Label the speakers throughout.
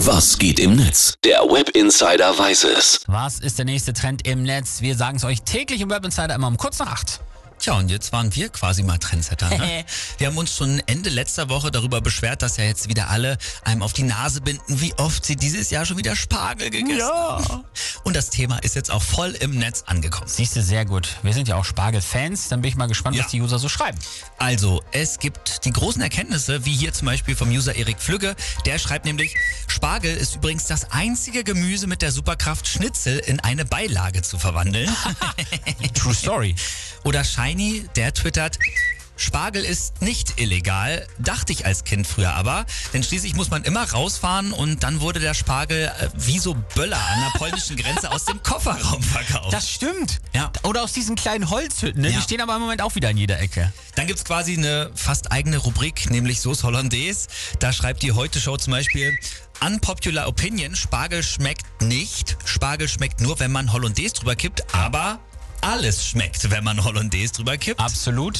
Speaker 1: Was geht im Netz? Der Web Insider weiß es.
Speaker 2: Was ist der nächste Trend im Netz? Wir sagen es euch täglich im Web Insider immer um kurz nach acht.
Speaker 3: Tja, und jetzt waren wir quasi mal Trendsetter. Ne? wir haben uns schon Ende letzter Woche darüber beschwert, dass ja jetzt wieder alle einem auf die Nase binden, wie oft sie dieses Jahr schon wieder Spargel gegessen haben. Und das Thema ist jetzt auch voll im Netz angekommen.
Speaker 2: Siehst du, sehr gut. Wir sind ja auch Spargel-Fans. Dann bin ich mal gespannt,
Speaker 3: Ja.
Speaker 2: was die User so schreiben.
Speaker 3: Also, es gibt die großen Erkenntnisse, wie hier zum Beispiel vom User Erik Flügge. Der schreibt nämlich, Spargel ist übrigens das einzige Gemüse mit der Superkraft, Schnitzel in eine Beilage zu verwandeln.
Speaker 2: True Story.
Speaker 3: Oder Shiny, der twittert, Spargel ist nicht illegal, dachte ich als Kind früher aber, denn schließlich muss man immer rausfahren und dann wurde der Spargel äh, wie so Böller an der polnischen Grenze aus dem Kofferraum verkauft.
Speaker 2: Das stimmt.
Speaker 3: Ja.
Speaker 2: Oder aus diesen kleinen Holzhütten. Ne?
Speaker 3: Ja.
Speaker 2: Die stehen aber im Moment auch wieder in jeder Ecke.
Speaker 3: Dann gibt's quasi eine fast eigene Rubrik, nämlich Sauce Hollandaise. Da schreibt die Heute-Show zum Beispiel... Unpopular Opinion, Spargel schmeckt nicht. Spargel schmeckt nur, wenn man Hollandaise drüber kippt, aber alles schmeckt, wenn man Hollandaise drüber kippt.
Speaker 2: Absolut.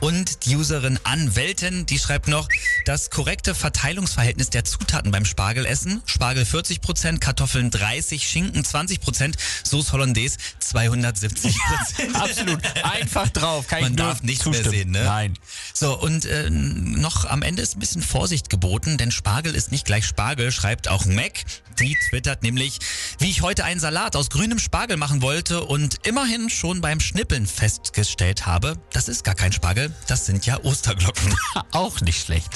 Speaker 3: Und die Userin Anwältin, die schreibt noch, das korrekte Verteilungsverhältnis der Zutaten beim Spargelessen, Spargel 40%, Kartoffeln 30%, Schinken 20%, Sauce Hollandaise 270%.
Speaker 2: Absolut. Einfach drauf. Kann
Speaker 3: Man
Speaker 2: ich nur
Speaker 3: darf nichts
Speaker 2: zustimmen.
Speaker 3: mehr sehen, ne?
Speaker 2: Nein.
Speaker 3: So, und äh, noch am Ende ist ein bisschen Vorsicht geboten, denn Spargel ist nicht gleich Spargel, schreibt auch Mac. Die twittert nämlich, wie ich heute einen Salat aus grünem Spargel machen wollte und immerhin schon beim Schnippeln festgestellt habe, das ist gar kein Spargel, das sind ja Osterglocken.
Speaker 2: Auch nicht schlecht.